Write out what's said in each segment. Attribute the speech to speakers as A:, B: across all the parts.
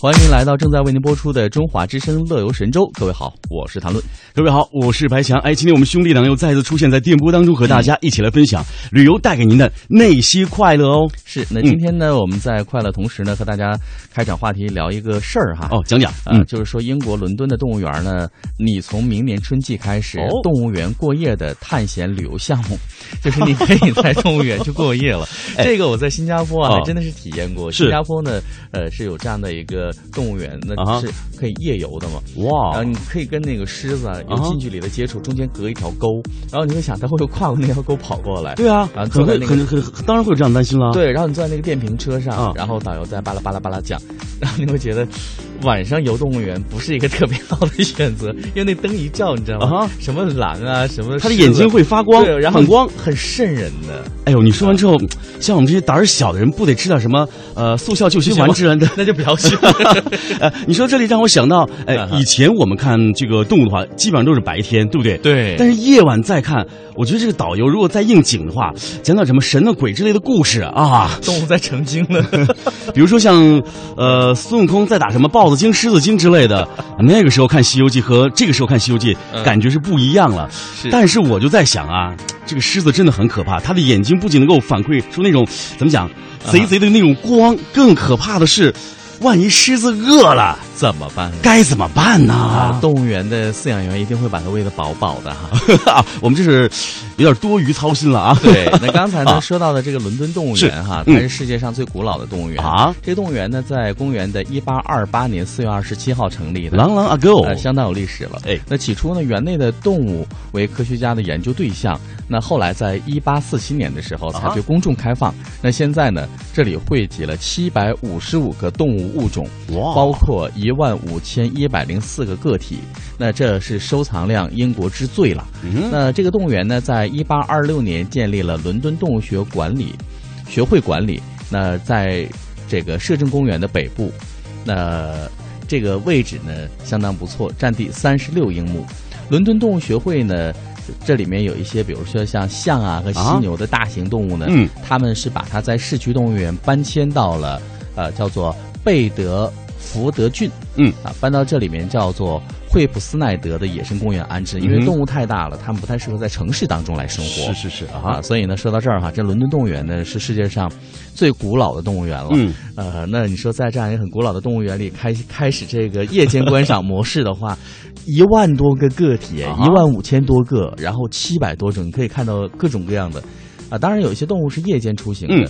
A: 欢迎您来到正在为您播出的《中华之声·乐游神州》。各位好，我是谭论。
B: 各位好，我是白强。哎，今天我们兄弟党又再次出现在电波当中，和大家一起来分
A: 嗯
B: 享旅游带给您的那些快乐哦。
A: 是，那今天呢，我们在快乐同时呢，和大家开场话题聊一个事儿哈。
B: 哦，讲讲，
A: 呃
B: 嗯，
A: 就是说，英国伦敦的动物园呢，你从明年春季开始，
B: 哦
A: 动物园过夜的探险旅游项目，就是你可以在动物园去过夜 了。这个我在新加坡啊，
B: 哎哦
A: 还真的是体验过。
B: 是
A: 新加坡呢，呃，是有这样的一个动物园，
B: 啊哈
A: 那是可以夜游的嘛。然后
B: 哇，
A: 你可以跟那个狮子啊有
B: 啊哈
A: 近距离的接触，中间隔一条沟，然后你会想它会不会跨过那条沟跑过来？
B: 对啊，
A: 然后
B: 很
A: 坐在
B: 会
A: 那个
B: 很很，很当然会有这样的担心啦。，
A: 对，然后你坐在那个电瓶车上，
B: 啊
A: 然后导游在巴拉巴拉巴拉讲，然后你会觉得晚上游动物园不是一个特别好的选择，因为那灯一照，你知道吗？
B: 啊哈
A: 什么狼啊，什么
B: 他的
A: 狮子
B: 眼睛会发光，
A: 对，然后啊
B: 很光。
A: 很瘆人的，
B: 哎呦，你说完之后，像我们这些胆儿小的人，不得吃点什么呃速效救心丸之类 的？
A: 那就不要去。
B: 呃，你说这里让我想到，哎
A: 啊，哈
B: 以前我们看这个动物的话，基本上都是白天，对不 对？
A: 对
B: 但是夜晚再看，我觉得这个导游如果再应景的话，讲点什么神啊鬼之类的故事啊，
A: 动物在成精 了，
B: 比如说像呃孙悟空在打什么豹子精、狮子精之类的， 那个时候看《西游记》和这个时候看《西游记》
A: 嗯
B: 感觉是不一样了。
A: 是
B: 但是我就在想啊，这个狮子真的很可怕，它的眼睛不仅能够反馈出那种怎么讲
A: 嗯
B: 贼贼的那种光，更可怕的是，万一狮子饿了
A: 怎么办？
B: 该怎么办呢？
A: 动物园的饲养员一定会把它喂得饱饱的哈。
B: 啊，我们这是有点多余操心了啊。
A: 对，那刚才呢
B: 啊
A: 说到的这个伦敦动物园哈，
B: 嗯
A: 它是世界上最古老的动物园
B: 啊。
A: 这个动物园呢，在公元的1828年4月27号成立的，
B: 郎朗阿 go，
A: 呃，相当有历史了。
B: 哎
A: 那起初呢，园内的动物为科学家的研究对象，那后来在1847年的时候才
B: 啊
A: 对公众开放。那现在呢，这里汇集了755个动物物种，
B: 哇
A: 包括一万五千一百零四个个体，那这是收藏量英国之最了。
B: 嗯
A: 那这个动物园呢，在一八二六年建立了伦敦动物学管理学会管理，那在这个摄政公园的北部，那这个位置呢相当不错，占地三十六英亩。伦敦动物学会呢，这里面有一些，比如说像象啊和犀
B: 啊
A: 牛的大型动物呢，
B: 嗯
A: 他们是把它在市区动物园搬迁到了呃叫做贝德福德郡，
B: 嗯
A: 啊，搬到这里面叫做惠普斯奈德的野生公园安置，因
B: 嗯
A: 为
B: 哼
A: 动物太大了，它们不太适合在城市当中来生活。
B: 是是是啊
A: 啊，，所以呢，说到这儿哈，这伦敦动物园呢是世界上最古老的动物园了。
B: 嗯，
A: 呃，那你说在这样一个很古老的动物园里开开始这个夜间观赏模式的话，一万多个个体，
B: 啊
A: 一万五千多个，然后七百多种，你可以看到各种各样的。啊，当然有一些动物是夜间出行的，
B: 嗯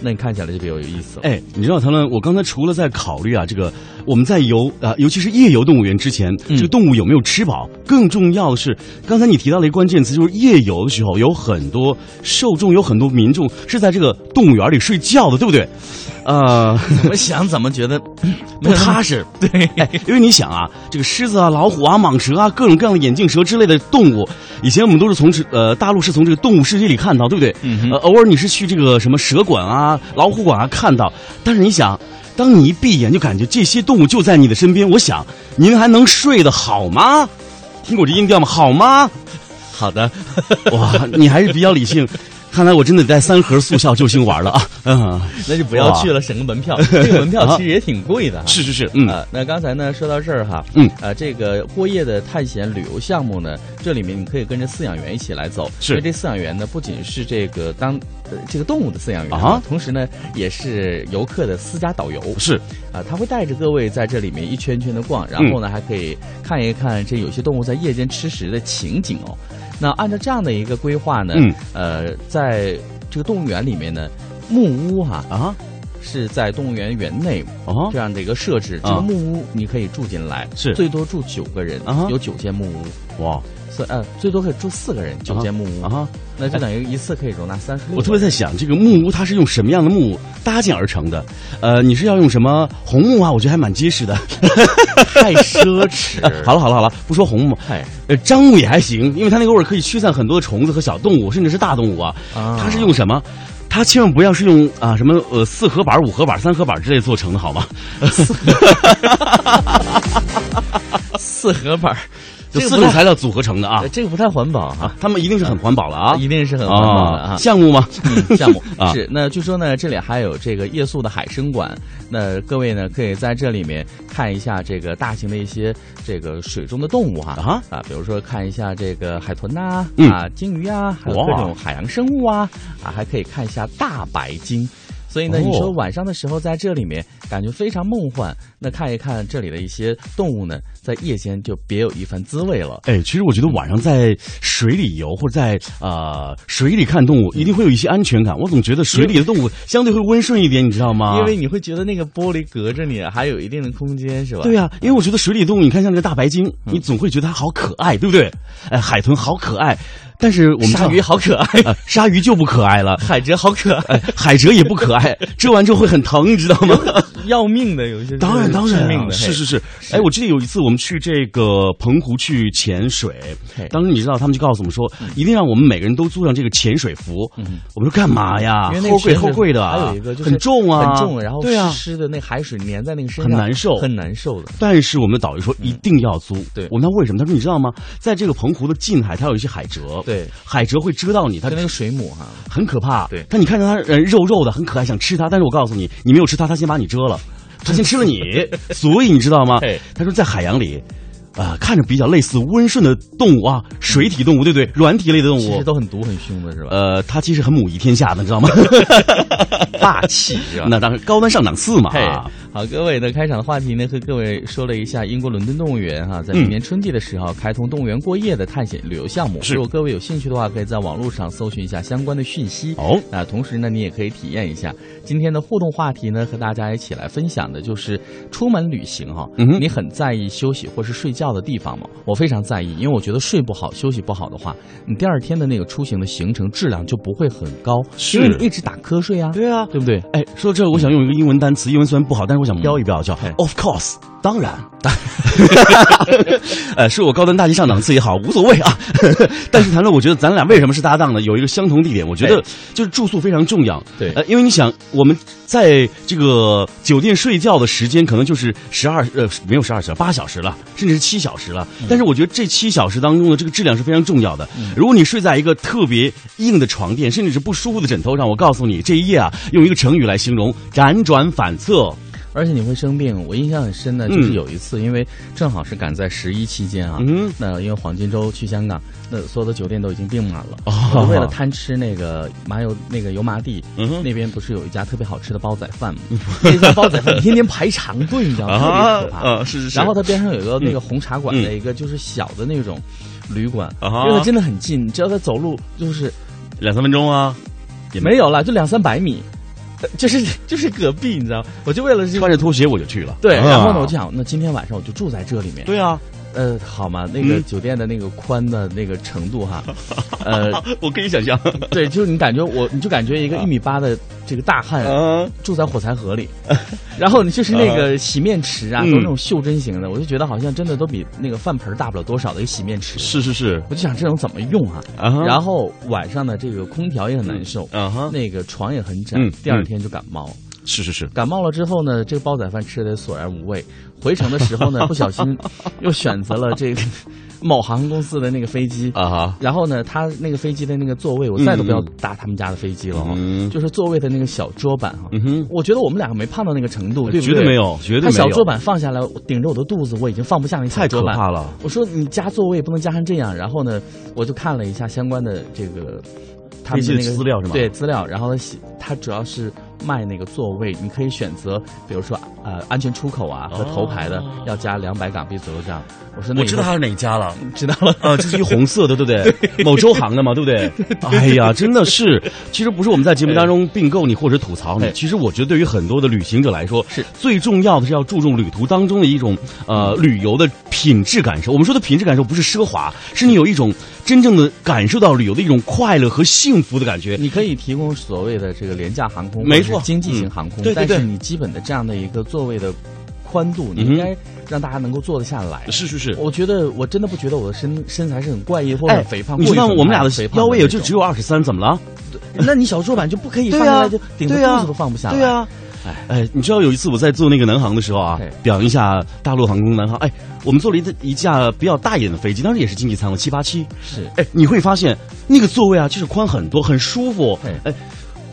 A: 那你看起来就比较有意思了。
B: 哎，你知道，唐论，我刚才除了在考虑啊，这个我们在游啊、尤其是夜游动物园之前，
A: 嗯
B: 这个动物有没有吃饱，更重要的是，刚才你提到了一个关键词，就是夜游的时候，有很多受众，有很多民众是在这个动物园里睡觉的，对不对？呃，
A: 哎 怎么想怎么觉得
B: 不踏实。
A: 对。
B: 哎，因为你想啊，这个狮子啊、老虎啊、蟒蛇啊，各种各样的眼镜蛇之类的动物，以前我们都是从这呃大陆是从这个动物世界里看到，对不对？
A: 嗯哼
B: 呃，偶尔你是去这个什么蛇馆啊、老虎馆啊看到，但是你想，当你一闭眼就感觉这些动物就在你的身边，我想您还能睡得好吗？听过我这音调吗？好 吗？
A: 好的，
B: 哇，你还是比较理性，看来我真的得带三盒速效救心丸了啊！嗯，
A: 那就不要去了，省个门票。这个门票其实也挺贵啊的哈。
B: 是是是，嗯
A: 啊，那刚才呢说到这儿哈，
B: 嗯，
A: 呃，这个过夜的探险旅游项目呢，这里面你可以跟着饲养员一起来走，
B: 是
A: 因为这饲养员呢不仅是这个当呃这个动物的饲养员
B: 啊
A: 同时呢也是游客的私家导游
B: 是嗯
A: 啊，他会带着各位在这里面一圈圈的逛，然后呢还可以看一看这有些动物在夜间吃食的情景哦。那按照这样的一个规划呢，
B: 嗯
A: 呃，在这个动物园里面呢，木屋哈、
B: 啊
A: 是在动物园园内
B: 哦
A: 这样的一个设置，这
B: 啊
A: 个木屋你可以住进来，
B: 是
A: 最多住九个人
B: 啊哈，
A: 有九间木屋，
B: 哇
A: 所以呃最多可以住四个人，九间木屋
B: 啊，哈！
A: 那就等于一次可以容纳三十六。
B: 我特别在想，这个木屋它是用什么样的木搭建而成的？呃，你是要用什么红木啊？我觉得还蛮结实的。。
A: 太奢侈 哎
B: 好了好了好了，不说红木，
A: 嗨，
B: 呃，樟木也还行，因为它那个味儿可以驱散很多的虫子和小动物，甚至是大动物啊。
A: 啊
B: 它是用什么？它千万不要是用啊什么呃四合板、五合板、三合板之类做成的，好吗？
A: 四合板儿，
B: 就
A: 这个
B: 四
A: 不
B: 种
A: 太
B: 材料组合成的啊
A: 呃，这个不太环保哈
B: 啊，，他们一定是很环保了啊，
A: 一定是很环保的啊。
B: 项目吗？
A: 嗯项目
B: 啊
A: 是那据说呢，这里还有这个夜宿的海参馆，那各位呢可以在这里面看一下这个大型的一些这个水中的动物哈
B: 啊
A: 啊，比如说看一下这个海豚呐、啊
B: 嗯
A: 鲸鱼啊，还有
B: 哇
A: 各种海洋生物啊啊，还可以看一下大白鲸。所以呢，
B: 哦
A: 你说晚上的时候在这里面感觉非常梦幻，那看一看这里的一些动物呢，在夜间就别有一番滋味了。
B: 哎，其实我觉得晚上在水里游或者在呃水里看动物，一定会有一些安全感。我总觉得水里的动物相对会温顺一点，你知道吗？
A: 因为你会觉得那个玻璃隔着你，还有一定的空间，是吧？
B: 对呀、啊因为我觉得水里动物，你看像这个大白鲸，你总会觉得它好可爱，嗯对不对？哎，海豚好可爱，但是我们知
A: 鲨
B: 道
A: 鱼、好可爱，
B: 呃鲨鱼就不可爱了，
A: 海蜇好可爱，
B: 海蜇也不可爱，蛰完之后会很疼，你知道吗？
A: 要命的有一些是
B: 当然，当
A: 致
B: 然
A: 命
B: 啊，
A: 的
B: 是是
A: 嘿
B: 是。哎，我记得有一次我们去这个澎湖去潜水
A: 嘿，
B: 当时你知道他们就告诉我们说，一定让我们每个人都租上这个潜水服。我们说干嘛呀
A: 因为？那
B: 齁
A: 个
B: 贵
A: 绳子
B: 齁贵的啊，
A: 还有一个就是
B: 很重啊，
A: 很重，然后
B: 对啊
A: 湿。湿的那海水粘在那个身
B: 很
A: 上，
B: 难受
A: 很难受的。
B: 但是我们的导游说一定要租，
A: 嗯对
B: 我问他为什么？他说你知道吗？在这个澎湖的近海，它有一些海蜇，
A: 对
B: 海蜇会蛰到你，它
A: 跟那个水母哈、
B: 很可怕。
A: 对
B: 但你看着它呃肉肉的，很可爱，想吃它，但是我告诉你，你没有吃它，它先把你蛰 了，它先吃了你，所以你知道吗
A: 嘿？
B: 他说在海洋里。啊、看着比较类似温顺的动物啊，水体动物，对不对？软体类的动
A: 其实
B: 物，
A: 都很毒很凶的是吧？
B: 呃，它其实很母仪天下的，你知道吗？
A: 霸气是吧？
B: 呃那啊当然，高端上档次嘛。
A: 嘿，好，各位的开场话题呢，和各位说了一下英国伦敦动物园哈、在明年春季的时候开通动物园过夜的探险旅游项目。
B: 嗯是
A: 如果各位有兴趣的话，可以在网络上搜寻一下相关的讯息。
B: 哦
A: 那啊同时呢，你也可以体验一下今天的互动话题呢，和大家一起来分享的就是出门旅行哈、
B: 嗯哼
A: 你很在意休息或是睡觉的地方吗？我非常在意，因为我觉得睡不好、休息不好的话，你第二天的那个出行的行程质量就不会很高，
B: 是
A: 因为你一直打瞌睡啊，
B: 对啊，
A: 对不对？
B: 哎，说到这，我想用一个英文单词，英文虽然不好，但是我想标一标，叫
A: 嗯
B: of course，当然，呃，是我高端大气上档次也好，无所谓啊。但是谈论，我觉得咱俩为什么是搭档呢？有一个相同地点，我觉得
A: 哎
B: 就是住宿非常重要。
A: 对
B: 呃，因为你想，我们在这个酒店睡觉的时间可能就是十二呃没有十二小时，八小时了，甚至是七小时了。但是我觉得这七小时当中的这个质量是非常重要的。如果你睡在一个特别硬的床垫，甚至是不舒服的枕头上，我告诉你，这一夜啊，用一个成语来形容，辗转反侧。
A: 而且你会生病。我印象很深的就是
B: 嗯
A: 有一次，因为正好是赶在十一期间啊，
B: 嗯
A: 那因为黄金周去香港，那所有的酒店都已经订满了，
B: 哦
A: 我就为了贪吃那个麻油那个油麻地，
B: 嗯哼
A: 那边不是有一家特别好吃的煲仔饭吗？ 啊那家煲仔饭天天排长队，你知道吗？特别可怕。
B: 呃，是是是。
A: 然后它边上有一个那个红茶馆
B: 嗯
A: 的一个就是小的那种旅馆，
B: 啊哈
A: 因为它真的很近，你知道它走路就是
B: 两三分钟啊，也
A: 没有了，就两三百米， 呃就是就是隔壁，你知道吗？我就为了这个
B: 穿着拖鞋我就去了。
A: 对，
B: 啊
A: 然后呢，我就想，那今天晚上我就住在这里面。
B: 对啊，
A: 呃，好嘛，那个
B: 嗯
A: 酒店的那个宽的那个程度哈， 呃，
B: 我可以想 象。
A: 对，就是你感觉我，你就感觉一个一米八的这个大汉
B: 嗯，
A: 住在火柴盒 里，然后你就是那个洗面池啊，都
B: 嗯
A: 是那种袖珍型的，我就觉得好像真的都比那个饭盆大不了多少的一个洗面池。
B: 是是是
A: 我就想这种怎么用啊？
B: 啊哈。
A: 然后晚上呢，这个空调也很难受，
B: 啊哈，
A: 那个床也很窄
B: 嗯，
A: 第二
B: 嗯
A: 天就感冒。
B: 是是是，
A: 感冒了之后呢，这个煲仔饭吃的索然无味。回程的时候 呢，不小心又选择了这个某航空公司的那个飞机。
B: 啊哈，
A: 然后呢，他那个飞机的那个座位，我再都不要
B: 嗯
A: 搭他们家的飞机了、哦，
B: 嗯
A: 就是座位的那个小桌板啊哈、
B: 嗯哼，
A: 我觉得我们两个没胖到那个程度，对不
B: 呃绝
A: 对？
B: 对没。有，绝对
A: 他
B: 没
A: 小
B: 有，
A: 桌板放下来，我顶着我的肚子，我已经放不下那个小
B: 太
A: 桌
B: 可
A: 板。
B: 怕了。
A: 我说你加座位不能加成这样。然后呢，我就看了一下相关的这个他们的那
B: 飞机
A: 个
B: 的资料是吗
A: 对资料，然后它写它主要是卖那个座位，你可以选择，比如说呃安全出口啊和头排的，
B: 哦
A: 要加两百港币左右这样。我说那
B: 我知道
A: 以后
B: 他是哪家了。
A: 知道了。
B: 呃，这是一红色的，对不 对？某州行的嘛，对不对？哎呀，真的是，其实不是我们在节目当中并购你或者吐槽你
A: 哎，
B: 其实我觉得对于很多的旅行者来说，
A: 是
B: 最重要的是要注重旅途当中的一种呃旅游的品质感受。我们说的品质感受不是奢华，是你有一种真正的感受到旅游的一种快乐和幸福的感觉。
A: 你可以提供所谓的这个廉价航空，
B: 没
A: 或
B: 错
A: 者是经济型航空，
B: 嗯对对
A: 但是
B: 对
A: 你基本的这样的一个座位的宽度，你
B: 嗯哼
A: 应该让大家能够坐得下来。
B: 是是是。
A: 我觉得我真的不觉得我的身身材是很怪异或者
B: 哎
A: 很肥胖，，
B: 你
A: 过
B: 知
A: 于
B: 道
A: 肥
B: 我们俩
A: 胖
B: 的
A: 肥胖
B: 腰围也
A: 那
B: 就
A: 种
B: 只有二十三，怎么了？
A: 那你小桌板就不可以放
B: 对
A: 下
B: 啊
A: 来，就顶着
B: 对啊
A: 肚子都放不下来。
B: 对啊，
A: 哎
B: 哎，你知道有一次我在坐那个南航的时候啊
A: 对，
B: 表扬一下大陆航空南航。哎，我们坐了一一架比较大一点的飞机，当时也是经济舱了，七八七。
A: 是
B: 哎，你会发现那个座位啊，就是宽很多，很舒服
A: 对。
B: 哎，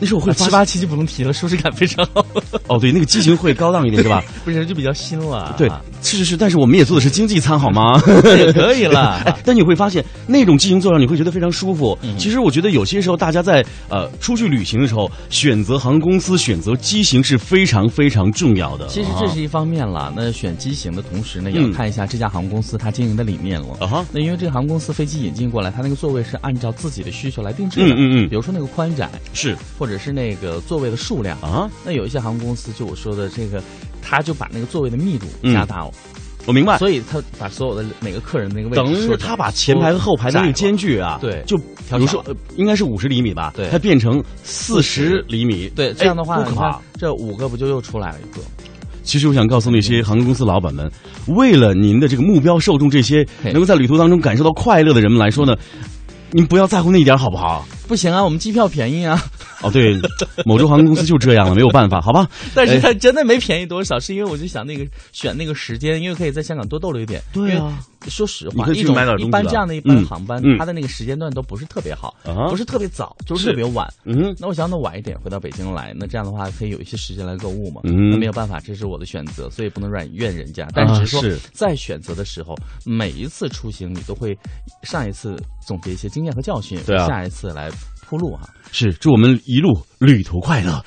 B: 那时候我会发
A: 啊七
B: 现，
A: 八七就不能提了，舒适感非常 好，
B: 哦，对，那个机型会高 档一点是吧？
A: 不是就比较新了，
B: 对，是是是，但是我们也坐的是经济舱，好 吗？
A: 也啊可以了。 嗯
B: 哎，但你会发现那种机型坐上你会觉得非常舒服。其实我觉得有些时候大家在呃出去旅行的时候，选择航空公司、选择机型是非常非常重要的。
A: 其实这是一方面啦，那选机型的同时呢，也
B: 嗯
A: 要看一下这家航空公司它经营的理念了。
B: 啊哈，
A: 那因为这个航空公司飞机引进过来，它那个座位是按照自己的需求来定制的。
B: 嗯嗯嗯
A: 比如说那个宽窄，
B: 是
A: 或者是那个座位的数量。
B: 啊，
A: 那有一些航空公司，就我说的这个，他就把那个座位的密度加大了，
B: 我明白。
A: 所以他把所有的每个客人的那个位置
B: 等于
A: 说
B: 是他把前排和后排的那个间距啊，
A: 对
B: 就比如说呃应该是五十厘米吧，
A: 对
B: 它变成四十厘米，
A: 对这样的话，
B: 哎不可
A: 你
B: 怕
A: 看。这五个不就又出来了一个？
B: 其实我想告诉那些航空公司老板们，为了您的这个目标受众，这些
A: 嘿
B: 能够在旅途当中感受到快乐的人们来说呢，您不要在乎那一点，好不好？
A: 不行啊，我们机票便宜啊，
B: 哦，对，某州航空公司就这样了，没有办法，好吧？
A: 但是它真的没便宜多少，是因为我就想那个选那个时间，因为可以在香港多逗留一点。因为，说实
B: 你
A: 话，
B: 可以
A: 一
B: 去
A: 种
B: 买点东西
A: 一般
B: 了
A: 这样的一班
B: 嗯
A: 航班，
B: 嗯
A: 它的那个时间段都不是特别好，
B: 啊
A: 不是特别早，就是
B: 是
A: 特别晚。
B: 嗯，
A: 那我想，那晚一点回到北京来，那这样的话可以有一些时间来购物嘛？
B: 嗯啊
A: 那没有办法，这是我的选择，所以不能软怨人家。但只是说，
B: 是
A: 在选择的时候，每一次出行你都会上一次总结一些经验和教训，
B: 对啊
A: 下一次来铺路哈、
B: 是，祝我们一路旅途快乐，